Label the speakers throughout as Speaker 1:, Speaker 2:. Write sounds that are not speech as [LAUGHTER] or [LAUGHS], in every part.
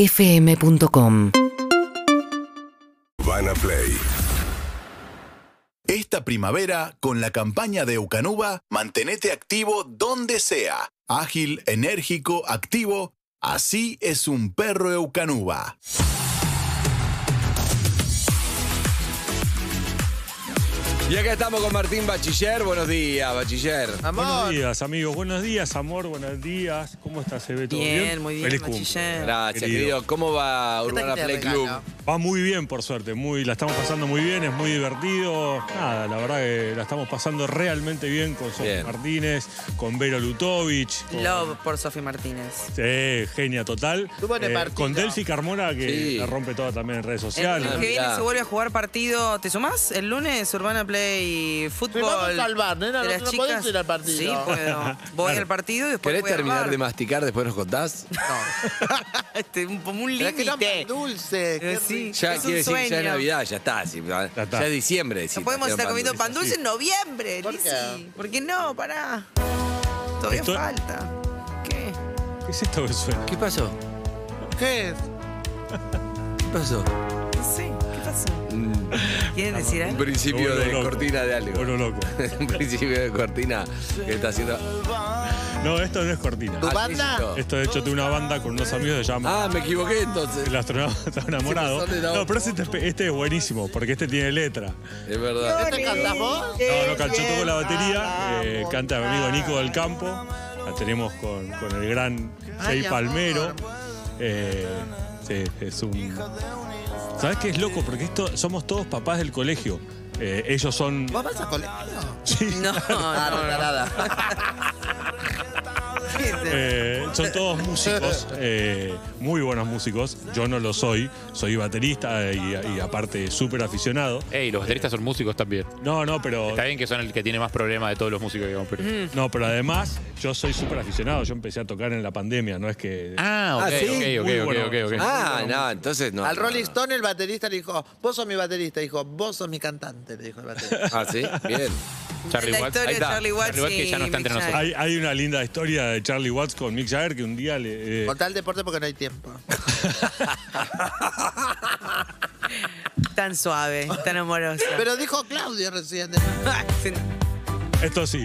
Speaker 1: UrbanaPlayFM.com
Speaker 2: Urbana Play
Speaker 3: Esta primavera, con la campaña de Eucanuba, mantenete activo donde sea. Ágil, enérgico, activo. Así es un perro Eucanuba.
Speaker 4: Y acá estamos con Martín Bachiller. Buenos días, Bachiller.
Speaker 5: Buenos
Speaker 6: Amor.
Speaker 5: días, amigos. Buenos días, amor. Buenos días. ¿Cómo estás? ¿Se ve todo bien?
Speaker 6: Bien, muy bien,
Speaker 5: Feliz cumple.
Speaker 6: Bachiller.
Speaker 4: Gracias, querido.
Speaker 5: Querido.
Speaker 4: ¿Cómo va
Speaker 6: ¿Qué
Speaker 4: Urbana
Speaker 6: tal
Speaker 4: Play
Speaker 6: este
Speaker 4: Club?
Speaker 6: regalo?
Speaker 5: Va muy bien, por suerte. Muy, la estamos pasando muy bien, es muy divertido. Nada, la verdad que la estamos pasando realmente bien con Sofía
Speaker 4: Bien.
Speaker 5: Martínez, con Vero Lutovich. con-
Speaker 6: Love por Sofi Martínez.
Speaker 5: Sí, genia total. Eh,
Speaker 6: Tú pones partido.
Speaker 5: con Delphi Carmona, que
Speaker 4: Sí.
Speaker 5: la rompe toda también en redes
Speaker 6: El
Speaker 5: sociales.
Speaker 6: lunes que
Speaker 4: mirá.
Speaker 6: viene se vuelve a jugar partido. ¿Te sumás? El lunes Urbana Play
Speaker 7: Te vamos
Speaker 6: Fútbol.
Speaker 7: al bar, nena,
Speaker 6: de
Speaker 7: no,
Speaker 6: las
Speaker 7: no
Speaker 6: chicas.
Speaker 7: podés ir al partido.
Speaker 6: Sí,
Speaker 7: [LAUGHS]
Speaker 6: puedo. Voy al partido y después
Speaker 4: ¿Querés
Speaker 6: voy al
Speaker 4: terminar
Speaker 6: bar.
Speaker 4: de masticar? Después nos
Speaker 6: [LAUGHS]
Speaker 4: contás.
Speaker 6: Este, un, como un
Speaker 7: Pero que no
Speaker 6: límite.
Speaker 7: dulce.
Speaker 6: Eh,
Speaker 7: qué
Speaker 6: sí.
Speaker 4: Ya
Speaker 6: Es un
Speaker 4: quiere decir que ya es
Speaker 6: sueño.
Speaker 4: Navidad, ya está. sí, ya,
Speaker 5: Ya está.
Speaker 4: ya es diciembre. sí,
Speaker 6: No podemos
Speaker 4: está
Speaker 6: estar comiendo
Speaker 4: pan
Speaker 6: pan dulce en noviembre,
Speaker 7: ¿Por
Speaker 6: Lizzy.
Speaker 7: qué?
Speaker 6: ¿Por qué no? Pará. Todavía
Speaker 5: Estoy-
Speaker 6: falta. ¿Qué?
Speaker 5: ¿Qué es esto que suena?
Speaker 4: ¿Qué pasó?
Speaker 7: rico. ¿Qué es?
Speaker 4: ¿Qué pasó?
Speaker 6: No sé. ¿Qué pasó?
Speaker 4: Mm,
Speaker 6: ¿Quieren decir
Speaker 4: Un
Speaker 6: algo?
Speaker 4: principio
Speaker 5: Bueno,
Speaker 4: de
Speaker 5: loco.
Speaker 4: cortina de algo.
Speaker 5: Bueno, loco.
Speaker 4: [LAUGHS] Un principio de cortina que está haciendo.
Speaker 5: No, esto no es cortina.
Speaker 4: [LAUGHS]
Speaker 7: ¿Tu
Speaker 4: Ah,
Speaker 7: banda?
Speaker 4: ¿qué es esto?
Speaker 5: Esto de hecho de una banda con unos amigos que se llama
Speaker 4: Ah, me equivoqué entonces.
Speaker 5: El astronauta [LAUGHS]
Speaker 4: Sí, me
Speaker 5: enamorado.
Speaker 4: sale la
Speaker 5: No,
Speaker 4: otra.
Speaker 5: pero este, este es buenísimo, porque este tiene letra.
Speaker 4: Es verdad.
Speaker 7: ¿Te cantás vos?
Speaker 5: No, no, Calchó tocó la batería, eh, canta mi amigo Nico del Campo, la tenemos con, con el gran Jay Palmero. Eh, sí, es un... ¿Sabes qué es loco? Porque esto, somos todos papás del colegio. Eh, ellos son...
Speaker 7: ¿Vos vas a colegio?
Speaker 5: [LAUGHS] Sí,
Speaker 6: No,
Speaker 7: Ah,
Speaker 6: no,
Speaker 7: no,
Speaker 6: no.
Speaker 7: nada.
Speaker 5: eh, son todos músicos, eh, muy buenos músicos. Yo no lo soy, soy baterista y, y aparte súper aficionado.
Speaker 8: Ey, los bateristas son músicos también.
Speaker 5: No, no, pero
Speaker 8: Está bien que son el que tiene más problemas de todos los músicos, digamos, pero.
Speaker 5: No, pero además, yo soy súper aficionado. Yo empecé a tocar en la pandemia, no es que.
Speaker 8: Ah, ok,
Speaker 4: Ah, ¿sí?
Speaker 8: ok, ok,
Speaker 5: Muy
Speaker 8: ok,
Speaker 5: bueno.
Speaker 8: ok, ok.
Speaker 4: Ah, no, entonces no.
Speaker 7: Al Rolling Stone el baterista le dijo, vos sos mi baterista. Dijo, vos sos mi cantante, le dijo
Speaker 6: [LAUGHS]
Speaker 7: el baterista.
Speaker 4: Ah, sí, bien.
Speaker 8: Charlie
Speaker 6: la
Speaker 8: Watts.
Speaker 6: historia
Speaker 8: Ahí
Speaker 6: de
Speaker 8: está.
Speaker 6: Charlie Watts
Speaker 8: que ya no
Speaker 6: y
Speaker 8: está entre
Speaker 6: Mick
Speaker 8: nosotros.
Speaker 5: Hay, hay una linda historia de Charlie Watts con Mick Jagger que un día le. eh,
Speaker 7: Contá el deporte porque no hay tiempo.
Speaker 6: Tan suave, tan amorosa.
Speaker 7: [LAUGHS] Pero dijo Claudio recién.
Speaker 5: esto sí.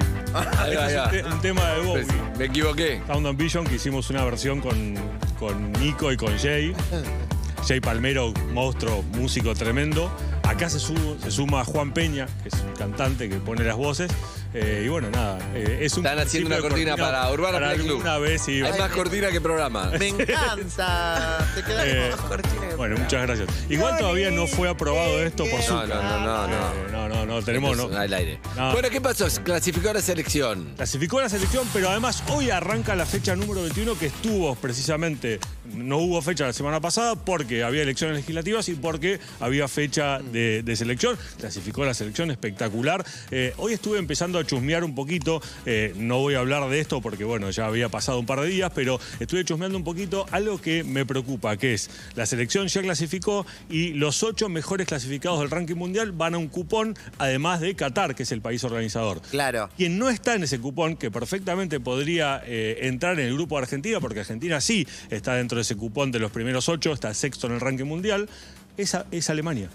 Speaker 4: Ahí va, ahí
Speaker 5: [LAUGHS]
Speaker 4: va.
Speaker 5: Te- un tema de Bowie.
Speaker 4: Me equivoqué.
Speaker 5: Sound and Vision, que hicimos una versión con, con Nico y
Speaker 4: [LAUGHS]
Speaker 5: con Jay. Jay Palmero, monstruo, músico tremendo. Acá se, su- se suma Juan Peña, que es un cantante que pone las voces. Eh, y bueno, nada. eh, es un
Speaker 4: Están haciendo
Speaker 5: principio
Speaker 4: una
Speaker 5: de
Speaker 4: cortina para Urbana
Speaker 5: para
Speaker 4: Play Club.
Speaker 5: alguna vez, sí.
Speaker 4: Hay más cortina que
Speaker 1: [LAUGHS]
Speaker 4: programa.
Speaker 7: Me encanta. Te queda
Speaker 5: Eh,
Speaker 7: como más cortina que-
Speaker 5: Bueno, muchas gracias. Igual todavía no fue aprobado esto por su.
Speaker 4: No, no, no, no, no.
Speaker 5: no, no, no, tenemos. No.
Speaker 4: Eso, Al aire.
Speaker 5: No.
Speaker 4: Bueno, ¿qué pasó? Clasificó la selección.
Speaker 5: Clasificó la selección, pero además hoy arranca la fecha número 21 que estuvo precisamente, no hubo fecha la semana pasada porque había elecciones legislativas y porque había fecha de, de selección. Clasificó la selección espectacular. Eh, hoy estuve empezando a chusmear un poquito, eh, no voy a hablar de esto porque bueno, ya había pasado un par de días, pero estuve chusmeando un poquito algo que me preocupa, que es la selección ya clasificó y los ocho mejores clasificados del ranking mundial van a un cupón, además de Qatar, que es el país organizador.
Speaker 7: Claro.
Speaker 5: Quien no está en ese cupón, que perfectamente podría eh, entrar en el grupo de Argentina, porque Argentina sí está dentro de ese cupón de los primeros ocho, está sexto en el ranking mundial, es, a- es Alemania.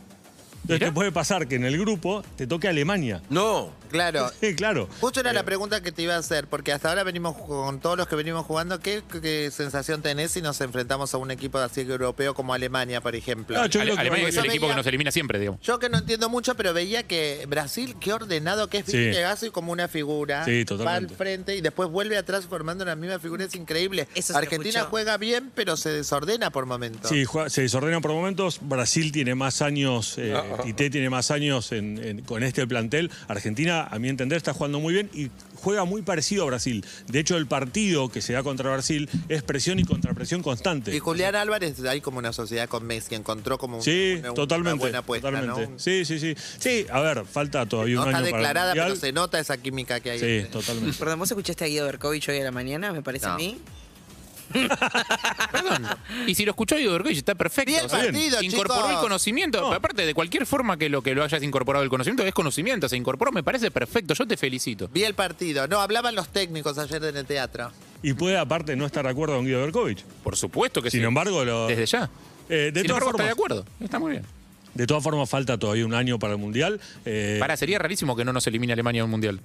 Speaker 5: Entonces
Speaker 8: Mirá.
Speaker 5: te puede pasar que en el grupo te toque Alemania.
Speaker 4: No.
Speaker 7: Claro.
Speaker 5: Eh, claro.
Speaker 7: Justo era la pregunta que te iba a hacer, porque hasta ahora venimos con todos los que venimos jugando, ¿qué, qué sensación tenés si nos enfrentamos a un equipo así europeo como Alemania, por ejemplo?
Speaker 5: No, yo
Speaker 8: Ale-
Speaker 5: creo que
Speaker 8: Alemania
Speaker 5: va-
Speaker 8: es
Speaker 7: yo
Speaker 8: el equipo
Speaker 7: veía-
Speaker 8: que nos elimina siempre, digamos.
Speaker 7: Yo que no entiendo mucho, pero veía que Brasil, qué ordenado que es,
Speaker 5: Sí.
Speaker 7: viste que hace como una figura,
Speaker 5: Sí,
Speaker 7: va al
Speaker 5: totalmente.
Speaker 7: frente y después vuelve atrás formando la misma figura, es increíble.
Speaker 6: Eso se
Speaker 7: Argentina
Speaker 6: escuchó.
Speaker 7: juega bien, pero se desordena por momentos.
Speaker 5: Sí, juega- se desordena por momentos. Brasil tiene más años, eh, Tite tiene más años en- en- con este plantel. Argentina, a mi entender, está jugando muy bien y juega muy parecido a Brasil. De hecho, el partido que se da contra Brasil es presión y contrapresión constante.
Speaker 7: Y Julián Álvarez, hay como una sociedad con Messi, encontró como un-
Speaker 5: Sí,
Speaker 7: una, una
Speaker 5: totalmente.
Speaker 7: buena apuesta,
Speaker 5: totalmente.
Speaker 7: ¿no?
Speaker 5: Sí, sí, sí. Sí, a ver, falta todavía
Speaker 7: No
Speaker 5: un
Speaker 7: está
Speaker 5: año
Speaker 7: declarada,
Speaker 5: para el
Speaker 7: pero
Speaker 5: Mundial.
Speaker 7: se nota esa química que hay.
Speaker 5: Sí,
Speaker 7: entre-
Speaker 5: totalmente.
Speaker 6: Perdón, ¿vos escuchaste a Guido Berkovich hoy a la mañana, me parece a
Speaker 7: No.
Speaker 6: mí?
Speaker 8: escuchando. Y si lo escuchó Guido Bergoglio, está perfecto.
Speaker 7: Vi el partido,
Speaker 8: incorporó
Speaker 7: chicos.
Speaker 8: el conocimiento.
Speaker 5: No.
Speaker 8: Aparte, de cualquier forma que lo que lo hayas incorporado el conocimiento, es conocimiento. Se incorporó, me parece perfecto. Yo te felicito.
Speaker 7: Vi el partido. No, hablaban los técnicos ayer en el teatro.
Speaker 5: Y puede, aparte, no estar de acuerdo con Guido Berkovich.
Speaker 8: Por supuesto que
Speaker 5: Sin
Speaker 8: sí.
Speaker 5: embargo, lo-
Speaker 8: Desde ya.
Speaker 5: Eh, de,
Speaker 8: Sin
Speaker 5: todas
Speaker 8: embargo, está de
Speaker 5: formas,
Speaker 8: acuerdo. Está muy bien.
Speaker 5: de todas formas, falta todavía un año para el Mundial. Eh,
Speaker 8: Pará, sería rarísimo que no nos elimine Alemania en
Speaker 5: [LAUGHS]
Speaker 8: un mundial.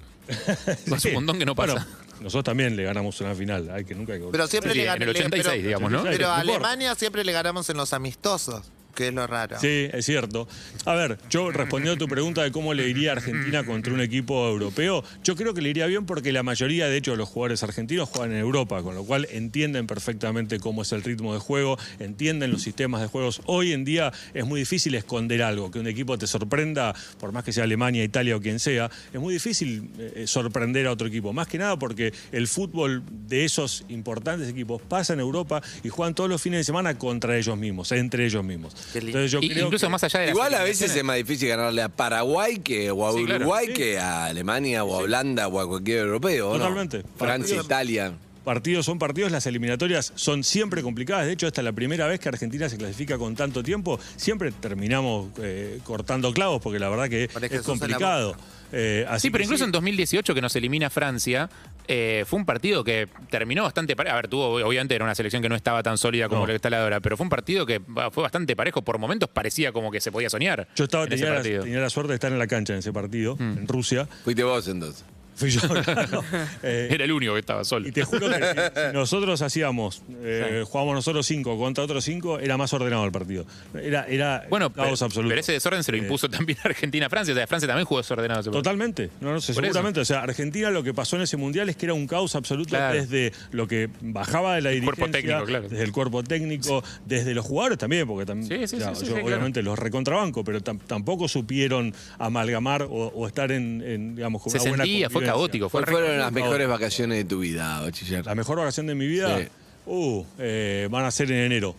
Speaker 8: Hace
Speaker 5: sí.
Speaker 8: un montón que no
Speaker 5: Bueno,
Speaker 8: pasa.
Speaker 5: nosotros también le ganamos una final. Hay que nunca hay que
Speaker 7: Pero siempre
Speaker 8: Sí,
Speaker 7: le
Speaker 8: en
Speaker 7: ganamos.
Speaker 8: el 86, digamos, ¿no?
Speaker 7: Pero a
Speaker 5: No importa.
Speaker 7: Alemania siempre le ganamos en los amistosos, que es lo raro.
Speaker 5: Sí, es cierto. A ver, yo respondiendo a tu pregunta de cómo le iría a Argentina contra un equipo europeo, yo creo que le iría bien porque la mayoría, de hecho, de los jugadores argentinos juegan en Europa, con lo cual entienden perfectamente cómo es el ritmo de juego, entienden los sistemas de juegos. Hoy en día es muy difícil esconder algo, que un equipo te sorprenda, por más que sea Alemania, Italia o quien sea, es muy difícil eh, sorprender a otro equipo. Más que nada porque el fútbol de esos importantes equipos pasa en Europa y juegan todos los fines de semana contra ellos mismos, entre ellos mismos. Entonces yo
Speaker 8: Y-
Speaker 5: creo
Speaker 8: incluso
Speaker 5: que-
Speaker 8: más allá de las
Speaker 1: Igual a
Speaker 8: eliminaciones.
Speaker 1: veces es más difícil ganarle a Paraguay que o a
Speaker 8: Sí, claro.
Speaker 1: Uruguay
Speaker 5: Sí.
Speaker 1: que a Alemania o a Holanda o a cualquier europeo. ¿o no?
Speaker 5: Totalmente.
Speaker 1: Francia,
Speaker 5: Partido-
Speaker 1: Italia.
Speaker 5: Partidos son partidos, las eliminatorias son siempre complicadas. De hecho, esta es la primera vez que Argentina se clasifica con tanto tiempo. Siempre terminamos eh, cortando clavos porque la verdad que
Speaker 7: Parece que
Speaker 5: es
Speaker 7: sos en la
Speaker 5: complicado. Eh, así
Speaker 8: Sí, pero
Speaker 5: que
Speaker 8: incluso
Speaker 5: sí.
Speaker 8: en 2018 que nos elimina Francia, eh, fue un partido que terminó bastante parejo. A ver, tuvo, obviamente era una selección que no estaba tan sólida como
Speaker 5: No.
Speaker 8: la que está la de ahora, pero fue un partido que bah, fue bastante parejo. Por momentos parecía como que se podía soñar.
Speaker 5: Yo estaba,
Speaker 8: en ese
Speaker 5: tenía, la,
Speaker 8: partido. Mm.
Speaker 5: tenía la suerte de estar en la cancha en ese partido, en Rusia. [LAUGHS]
Speaker 1: Fuiste vos entonces.
Speaker 5: Fui
Speaker 8: [LAUGHS]
Speaker 5: yo. claro. Eh,
Speaker 8: Era el único que estaba solo.
Speaker 5: Y te juro que si- si nosotros hacíamos, eh, jugábamos nosotros cinco contra otros cinco, era más ordenado el partido. Era, era
Speaker 8: bueno, pero,
Speaker 5: caos absoluto.
Speaker 8: pero ese desorden se lo
Speaker 5: Eh,
Speaker 8: impuso también Argentina a Francia. O sea, Francia también jugó desordenado. ese partido.
Speaker 5: Totalmente, no, no sé,
Speaker 8: Por eso.
Speaker 5: seguramente. O sea, Argentina lo que pasó en ese mundial es que era un caos absoluto
Speaker 8: Claro.
Speaker 5: desde lo que bajaba de la dirigencia,
Speaker 8: cuerpo técnico, claro.
Speaker 5: desde el cuerpo técnico, desde los jugadores también, porque también
Speaker 8: Sí, sí, sí, sí,
Speaker 5: yo
Speaker 8: sí,
Speaker 5: obviamente los recontrabanco, pero tam- tampoco supieron amalgamar o, o estar en, en, digamos, con
Speaker 8: Se
Speaker 5: una buena
Speaker 8: sentía, fue
Speaker 5: convivencia.
Speaker 8: caótico. Fue
Speaker 1: ¿Cuáles fueron las
Speaker 5: no.
Speaker 1: mejores vacaciones de tu vida, bachiller?
Speaker 5: La mejor vacación de mi vida,
Speaker 1: Sí.
Speaker 5: uh, eh, van a ser en enero.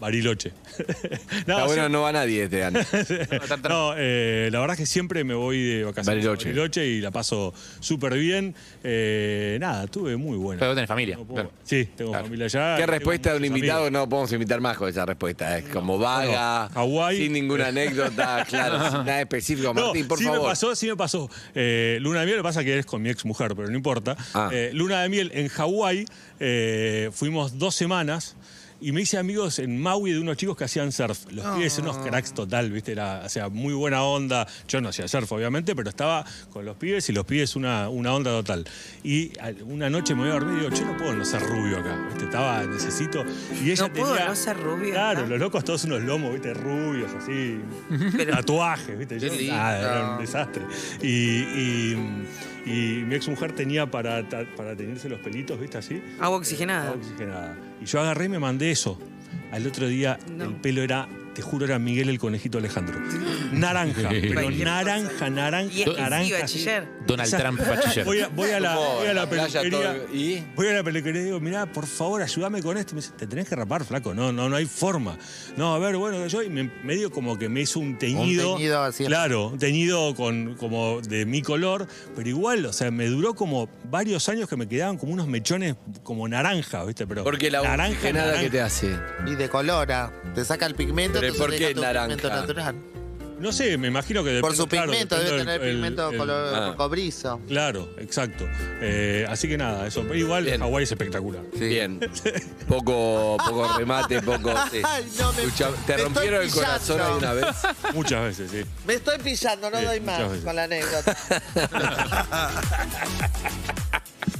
Speaker 5: Bariloche. [LAUGHS] No,
Speaker 1: Está
Speaker 5: sí,
Speaker 1: bueno, no va nadie este
Speaker 5: [LAUGHS]
Speaker 1: año.
Speaker 5: No, eh, la verdad es que siempre me voy de vacaciones
Speaker 1: Bariloche.
Speaker 5: a Bariloche y la paso súper bien. Eh, nada, tuve muy buena.
Speaker 8: Pero vos tenés familia.
Speaker 5: No puedo-
Speaker 8: claro.
Speaker 5: Sí, tengo
Speaker 8: Claro.
Speaker 5: familia allá.
Speaker 1: ¿Qué
Speaker 5: tengo
Speaker 1: respuesta de un
Speaker 5: muchos
Speaker 1: invitado?
Speaker 5: amigos.
Speaker 1: No podemos invitar más con esa respuesta. Es como vaga,
Speaker 5: No, Hawái.
Speaker 1: sin ninguna
Speaker 5: [LAUGHS]
Speaker 1: anécdota, claro, sin nada específico. Martín,
Speaker 5: No,
Speaker 1: por
Speaker 5: sí
Speaker 1: favor.
Speaker 5: me pasó, sí me pasó. Eh, luna de miel, lo que pasa que eres con mi ex mujer, pero no importa.
Speaker 1: Ah.
Speaker 5: Eh, luna de miel en Hawái, eh, fuimos dos semanas. Y me hice amigos en Maui de unos chicos que hacían surf. Los pibes unos cracks total, ¿viste? Era, o sea, muy buena onda. Yo no hacía surf, obviamente, pero estaba con los pibes y los pibes una, una onda total. Y al- una noche me voy a dormir y digo, yo no puedo no ser rubio acá, ¿viste? Estaba, necesito. Y ella
Speaker 6: No puedo
Speaker 5: tenía-
Speaker 6: no ser rubio
Speaker 5: Claro,
Speaker 6: acá.
Speaker 5: los locos todos unos lomos, ¿viste? Rubios, así.
Speaker 6: [LAUGHS] Pero-
Speaker 5: Tatuajes, ¿viste? Yo,
Speaker 7: Qué lindo.
Speaker 5: nada, era un desastre. Y, y- y mi ex mujer tenía para, ta- para tenerse los pelitos, ¿viste? Así.
Speaker 6: Agua oxigenada.
Speaker 5: Agua oxigenada. Y yo agarré y me mandé eso. Al otro día
Speaker 6: No.
Speaker 5: el pelo era, te juro, era Miguel el conejito Alejandro.
Speaker 6: [LAUGHS]
Speaker 5: Naranja, pero
Speaker 6: Cualquier
Speaker 5: naranja, naranja,
Speaker 6: Y es que sí,
Speaker 5: naranja. así.
Speaker 6: bachiller.
Speaker 8: Donald Trump
Speaker 5: [LAUGHS]
Speaker 8: bachiller. [LAUGHS]
Speaker 5: Voy a, voy a la,
Speaker 1: Como
Speaker 5: voy a la
Speaker 1: la playa,
Speaker 5: peluquería.
Speaker 1: todo- ¿y?
Speaker 5: Voy a la peluquería y digo, mirá, por favor, ayúdame con esto. Y me dice, te tenés que rapar, flaco. No, no, no hay forma. No, a ver, bueno, yo y me, medio como que me hizo un teñido.
Speaker 7: teñido así.
Speaker 5: Claro, un teñido con, como de mi color. Pero igual, o sea, me duró como varios años que me quedaban como unos mechones como naranja, ¿viste? Pero
Speaker 1: Porque la
Speaker 5: naranja,
Speaker 1: oxigenada
Speaker 5: naranja.
Speaker 1: que te hace.
Speaker 7: Y de colora. Te saca el pigmento.
Speaker 1: Pero,
Speaker 7: entonces
Speaker 1: ¿por
Speaker 7: te
Speaker 1: qué
Speaker 7: deja tu
Speaker 1: naranja?
Speaker 7: pigmento natural.
Speaker 5: No sé, me imagino que depende.
Speaker 7: Por su
Speaker 5: Eh, claro,
Speaker 7: pigmento, debe
Speaker 5: depende
Speaker 7: tener
Speaker 5: del- el-
Speaker 7: pigmento
Speaker 5: el-
Speaker 7: color
Speaker 1: ah.
Speaker 7: cobrizo.
Speaker 5: Claro, exacto. Eh, así que nada, eso. Pero Igual
Speaker 1: Bien.
Speaker 5: Hawái
Speaker 1: [LAUGHS]
Speaker 5: es espectacular.
Speaker 1: Bien. Poco, poco remate, poco. sí.
Speaker 7: Ay, no, me-
Speaker 1: Escucha,
Speaker 7: me
Speaker 1: te
Speaker 7: estoy
Speaker 1: rompieron el
Speaker 7: pillando.
Speaker 1: corazón alguna vez.
Speaker 5: Muchas veces, sí.
Speaker 7: Me estoy pillando, no
Speaker 5: Sí,
Speaker 7: doy
Speaker 5: muchas
Speaker 7: más
Speaker 5: veces.
Speaker 7: con la anécdota.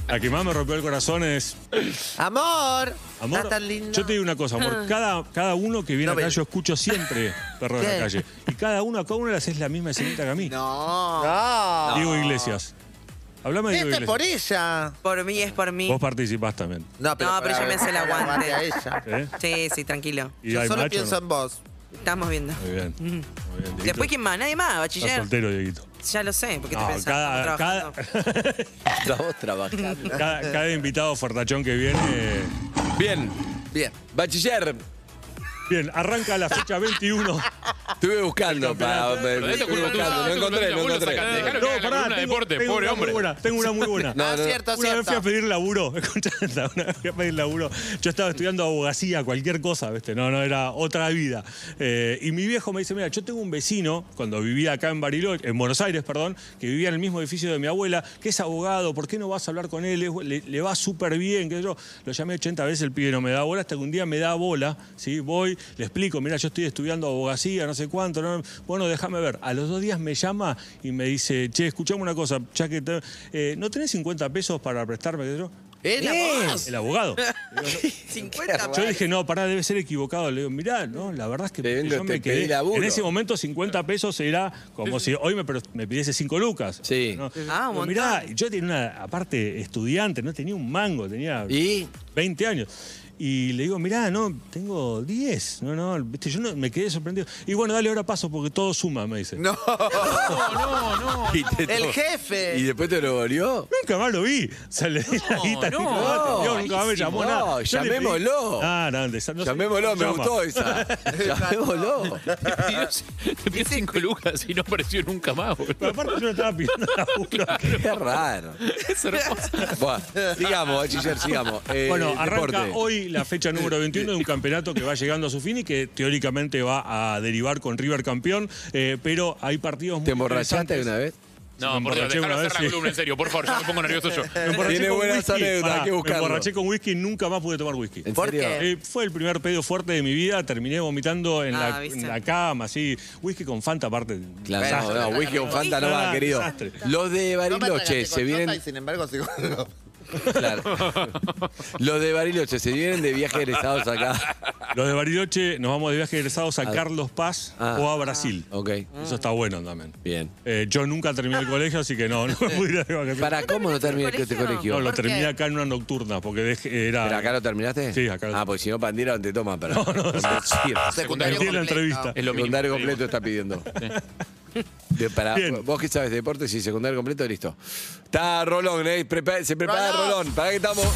Speaker 5: La que más me rompió el corazón es
Speaker 7: [LAUGHS] Amor,
Speaker 5: Amor,
Speaker 7: estás tan lindo. Ah.
Speaker 5: yo te digo una cosa, amor. Cada, cada uno que viene
Speaker 7: No
Speaker 5: acá,
Speaker 7: ven.
Speaker 5: yo escucho
Speaker 7: [LAUGHS]
Speaker 5: siempre perro de
Speaker 7: ¿Qué?
Speaker 5: la calle. Y cada uno, a cada uno le haces la misma escenita que a mí.
Speaker 7: No. No.
Speaker 5: Diego Iglesias. Hablame de Diego
Speaker 7: Este es por
Speaker 5: Iglesias.
Speaker 7: ella.
Speaker 6: Por mí es por mí.
Speaker 5: Vos participás también.
Speaker 7: No,
Speaker 6: pero yo me hice el aguante.
Speaker 7: A ella.
Speaker 5: ¿eh?
Speaker 6: Sí, sí, tranquilo.
Speaker 5: [LAUGHS] Y
Speaker 7: Yo
Speaker 5: hay
Speaker 7: solo
Speaker 5: macho,
Speaker 7: pienso Mm.
Speaker 5: ¿no?
Speaker 7: en vos.
Speaker 6: Estamos viendo.
Speaker 5: Muy bien. Muy bien Dieguito.
Speaker 6: Después, ¿quién más? Nadie más,
Speaker 5: Estás
Speaker 6: bachiller.
Speaker 5: soltero, Dieguito.
Speaker 6: Ya lo sé, porque
Speaker 5: No,
Speaker 6: te pensás.
Speaker 5: cada,
Speaker 6: Estamos
Speaker 5: cada,
Speaker 6: trabajando.
Speaker 7: [LAUGHS]
Speaker 1: Estamos trabajando.
Speaker 5: [LAUGHS] cada- cada invitado fortachón que viene. eh,
Speaker 1: Bien.
Speaker 7: Bien.
Speaker 1: Bachiller,
Speaker 5: Bien, arranca la fecha 21
Speaker 4: Estuve buscando para.
Speaker 8: Pero de esto
Speaker 4: estuve
Speaker 8: culpa tuya,
Speaker 4: buscando, no
Speaker 8: esto culpa
Speaker 4: encontré,
Speaker 8: tuya,
Speaker 4: no
Speaker 8: vos lo
Speaker 4: encontré.
Speaker 8: sacás, dejalo que haga la columna de deporte,
Speaker 5: tengo
Speaker 8: pobre
Speaker 5: una
Speaker 8: hombre.
Speaker 5: muy buena. Tengo una muy
Speaker 7: [LAUGHS]
Speaker 5: buena.
Speaker 4: No,
Speaker 7: ah,
Speaker 4: no, no.
Speaker 7: cierto,
Speaker 5: Una vez fui a
Speaker 7: cierto.
Speaker 5: pedir laburo, [LAUGHS] escuchá esta, una vez fui a pedir laburo. Yo estaba estudiando abogacía, cualquier cosa, ¿viste? No, no, era otra vida. Eh, y mi viejo me dice, mira, yo tengo un vecino, cuando vivía acá en Bariloche, en Buenos Aires, perdón, que vivía en el mismo edificio de mi abuela, que es abogado, ¿por qué no vas a hablar con él? Es- le, le va súper bien, que yo lo llamé 80 veces, el pibe no me da bola, hasta que un día me da bola, ¿sí? Voy, le explico, mira, yo estoy estudiando abogacía, no sé cuánto, no, bueno, déjame ver. A los dos días me llama y me dice, che, escuchame una cosa, ya que te- eh, ¿no tenés 50 pesos para prestarme? Que yo,
Speaker 7: ¿Eh? la voz.
Speaker 5: el
Speaker 7: [LAUGHS]
Speaker 5: abogado.
Speaker 6: 50
Speaker 5: Yo dije, no, pará, debe ser equivocado. Le digo, mirá, no, la verdad es que
Speaker 1: Te vendo,
Speaker 5: yo me
Speaker 1: te pedí
Speaker 5: quedé.
Speaker 1: laburo.
Speaker 5: En ese momento 50 pesos era como si hoy me, pre- me pidiese 5 lucas.
Speaker 1: Sí.
Speaker 5: ¿no?
Speaker 6: Ah, un
Speaker 5: Digo,
Speaker 6: montón.
Speaker 5: mirá, yo tenía una, aparte, estudiante, no tenía un mango, tenía
Speaker 1: ¿Y?
Speaker 5: 20 años. Y le digo, mirá, no, tengo 10. No, no, viste, yo no- me quedé sorprendido. Y bueno, dale, ahora paso porque todo suma, me dice.
Speaker 7: No.
Speaker 8: No, no, no.
Speaker 1: Y te
Speaker 7: El
Speaker 1: to-
Speaker 7: jefe.
Speaker 1: ¿Y después te lo volvió?
Speaker 5: Nunca más lo vi. O sea, le di la guita,
Speaker 6: no,
Speaker 5: nunca más me atendió, nunca más me llamó
Speaker 1: no,
Speaker 5: nada. Yo le pedí-
Speaker 1: llamémoslo.
Speaker 5: Ah, no, de esa- no sé.
Speaker 1: Llamémoslo, me
Speaker 5: Llama.
Speaker 1: gustó esa. Llamémoslo.
Speaker 8: Dios, Te pidió cinco lucas y no apareció nunca más,
Speaker 5: Pero
Speaker 8: boludo.
Speaker 5: aparte yo no estaba pidiendo [LAUGHS] laburo.
Speaker 1: Qué raro.
Speaker 8: Es hermoso.
Speaker 1: Bueno, sigamos, bachiller, sigamos. Eh,
Speaker 5: Bueno, arranca
Speaker 1: deporte.
Speaker 5: hoy la fecha número 21 de un campeonato que va llegando a su fin y que teóricamente va a derivar con River campeón, eh, pero hay partidos muy
Speaker 1: ¿Te emborrachaste
Speaker 5: interesantes.
Speaker 1: una vez?
Speaker 8: No,
Speaker 5: Me
Speaker 8: por Dios,
Speaker 5: emborraché
Speaker 8: dejalo
Speaker 5: una
Speaker 8: hacer
Speaker 5: vez,
Speaker 8: la
Speaker 5: sí.
Speaker 8: columna, en serio, por favor, yo me pongo nervioso yo.
Speaker 5: [LAUGHS] Me emborraché
Speaker 1: Tiene
Speaker 5: con
Speaker 1: buenas
Speaker 5: whisky.
Speaker 1: anécdotas,
Speaker 5: Pará,
Speaker 1: hay que buscarlo.
Speaker 5: Me emborraché con whisky y nunca más pude tomar whisky.
Speaker 1: ¿En
Speaker 7: ¿Por
Speaker 1: serio?
Speaker 7: qué?
Speaker 5: Eh, fue el primer pedo fuerte de mi vida, terminé vomitando en,
Speaker 6: Ah,
Speaker 5: la,
Speaker 6: viste.
Speaker 5: en la cama, así. Whisky con Fanta aparte.
Speaker 1: Claro,
Speaker 5: desastre.
Speaker 1: no, no, Wiki con Fanta no va,
Speaker 5: Ah,
Speaker 1: querido.
Speaker 5: desastre.
Speaker 1: Los de
Speaker 7: No me
Speaker 1: Bariloche
Speaker 7: atraganté
Speaker 1: se
Speaker 7: con
Speaker 1: vienen.
Speaker 7: Chota y sin embargo, sigo.
Speaker 1: [LAUGHS] Claro. Los de Bariloche se vienen de viaje egresados
Speaker 5: [LAUGHS]
Speaker 1: acá.
Speaker 5: Los de Bariloche nos vamos de viaje egresados a Carlos Paz
Speaker 1: Ah.
Speaker 5: o a Brasil.
Speaker 1: Ok,
Speaker 5: Eso está bueno también.
Speaker 1: bien.
Speaker 5: Eh, yo nunca terminé el colegio, así
Speaker 1: [LAUGHS]
Speaker 5: que no, no me pude ir de vacaciones.
Speaker 1: ¿Para cómo no termina el
Speaker 6: colegio?
Speaker 1: colegio?
Speaker 5: No, lo
Speaker 6: ¿Por qué?
Speaker 5: terminé acá en una nocturna, porque dejé- era.
Speaker 1: ¿Pero acá lo terminaste?
Speaker 5: Sí, acá lo-
Speaker 1: Ah, pues si no, Pandira no te toman, pero. No, [LAUGHS] no,
Speaker 8: Secundario
Speaker 5: Metí la
Speaker 7: completo.
Speaker 5: entrevista.
Speaker 8: Es lo mínimo.
Speaker 1: Secundario completo está
Speaker 8: [LAUGHS]
Speaker 1: pidiendo. De- para,
Speaker 5: Bien.
Speaker 1: vos que sabes de deportes y secundario completo, listo. Está Rolón, eh, prepa- se prepara Rolón.
Speaker 7: Rolón.
Speaker 1: Para que estamos.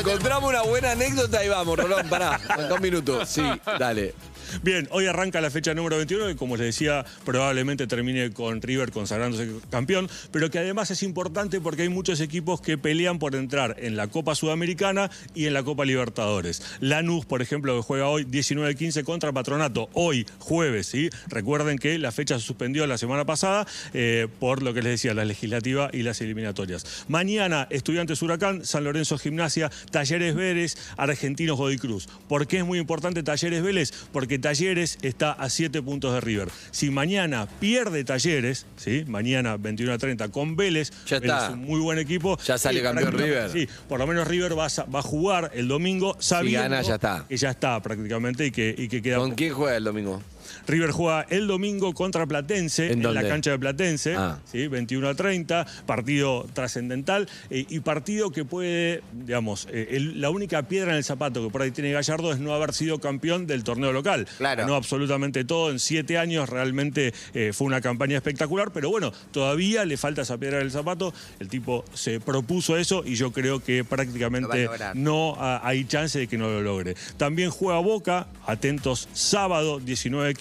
Speaker 1: Encontramos una buena anécdota y vamos, Rolón,
Speaker 6: [LAUGHS]
Speaker 1: pará. Dos minutos. Sí, dale.
Speaker 5: Bien, hoy arranca la fecha número 21, que como les decía, probablemente termine con River consagrándose campeón, pero que además es importante porque hay muchos equipos que pelean por entrar en la Copa Sudamericana y en la Copa Libertadores. Lanús, por ejemplo, que juega hoy 19-15 contra Patronato, hoy jueves, ¿sí? Recuerden que la fecha se suspendió la semana pasada eh, por lo que les decía, la legislativa y las eliminatorias. Mañana, Estudiantes Huracán, San Lorenzo Gimnasia, Talleres Vélez, Argentinos Godoy Cruz. ¿Por qué es muy importante Talleres Vélez? Porque Talleres está a 7 puntos de River. Si mañana pierde Talleres, ¿sí? mañana 21 a 30 con Vélez,
Speaker 1: Ya
Speaker 5: Vélez
Speaker 1: está.
Speaker 5: es un muy buen equipo.
Speaker 1: Ya sale campeón
Speaker 5: prácticamente,
Speaker 1: River.
Speaker 5: Sí, por lo menos River va a, sa- va a jugar el domingo sabiendo
Speaker 1: gana, ya está.
Speaker 5: que ya está prácticamente y que, y que queda
Speaker 1: ¿Con quién juega el domingo?
Speaker 5: River juega el domingo contra Platense
Speaker 1: ¿En
Speaker 5: en,
Speaker 1: dónde?
Speaker 5: la cancha de Platense,
Speaker 1: Ah.
Speaker 5: ¿sí? 21 a 30, partido trascendental eh, y partido que puede, digamos, eh, el- la única piedra en el zapato que por ahí tiene Gallardo es no haber sido campeón del torneo local.
Speaker 7: Claro.
Speaker 5: Ganó absolutamente todo en siete años, realmente eh, fue una campaña espectacular, pero bueno, todavía le falta esa piedra en el zapato, el tipo se propuso eso y yo creo que prácticamente
Speaker 7: lograr.
Speaker 5: no ah, hay chance de que no lo logre. También juega Boca, atentos, sábado 19-15.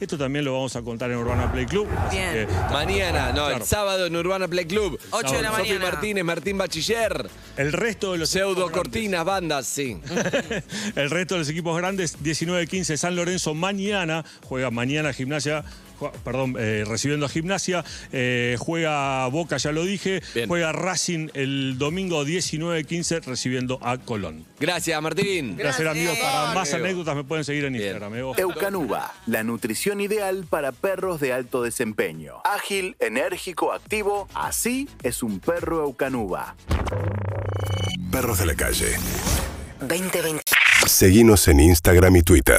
Speaker 5: Esto también lo vamos a contar en Urbana Play Club. así
Speaker 6: Bien.
Speaker 5: que-
Speaker 1: Mañana, no, el
Speaker 5: Claro.
Speaker 1: sábado en Urbana Play Club.
Speaker 6: Ocho de la
Speaker 1: Sofi
Speaker 6: mañana.
Speaker 1: Martínez, Martín Bachiller,
Speaker 5: el resto de los
Speaker 1: Pseudo
Speaker 5: equipos grandes-
Speaker 1: Cortinas, bandas, sí.
Speaker 5: [LAUGHS] el resto de los equipos grandes, 19-15, San Lorenzo mañana, juega mañana gimnasia. jua- Perdón, eh, recibiendo a gimnasia, eh, juega Boca, ya lo dije,
Speaker 1: Bien.
Speaker 5: juega Racing el domingo 19-15 recibiendo a Colón.
Speaker 1: Gracias,
Speaker 6: [LAUGHS]
Speaker 1: Martín.
Speaker 5: Gracias, amigos. Para más
Speaker 1: Amigo.
Speaker 5: anécdotas me pueden seguir en
Speaker 1: Bien.
Speaker 5: Instagram. eh, ojo.
Speaker 3: Eucanuba, la nutrición ideal para perros de alto desempeño. Ágil, enérgico, activo, así es un perro Eucanuba.
Speaker 2: Perros de la calle.
Speaker 9: 2020.
Speaker 2: Seguimos en Instagram y Twitter.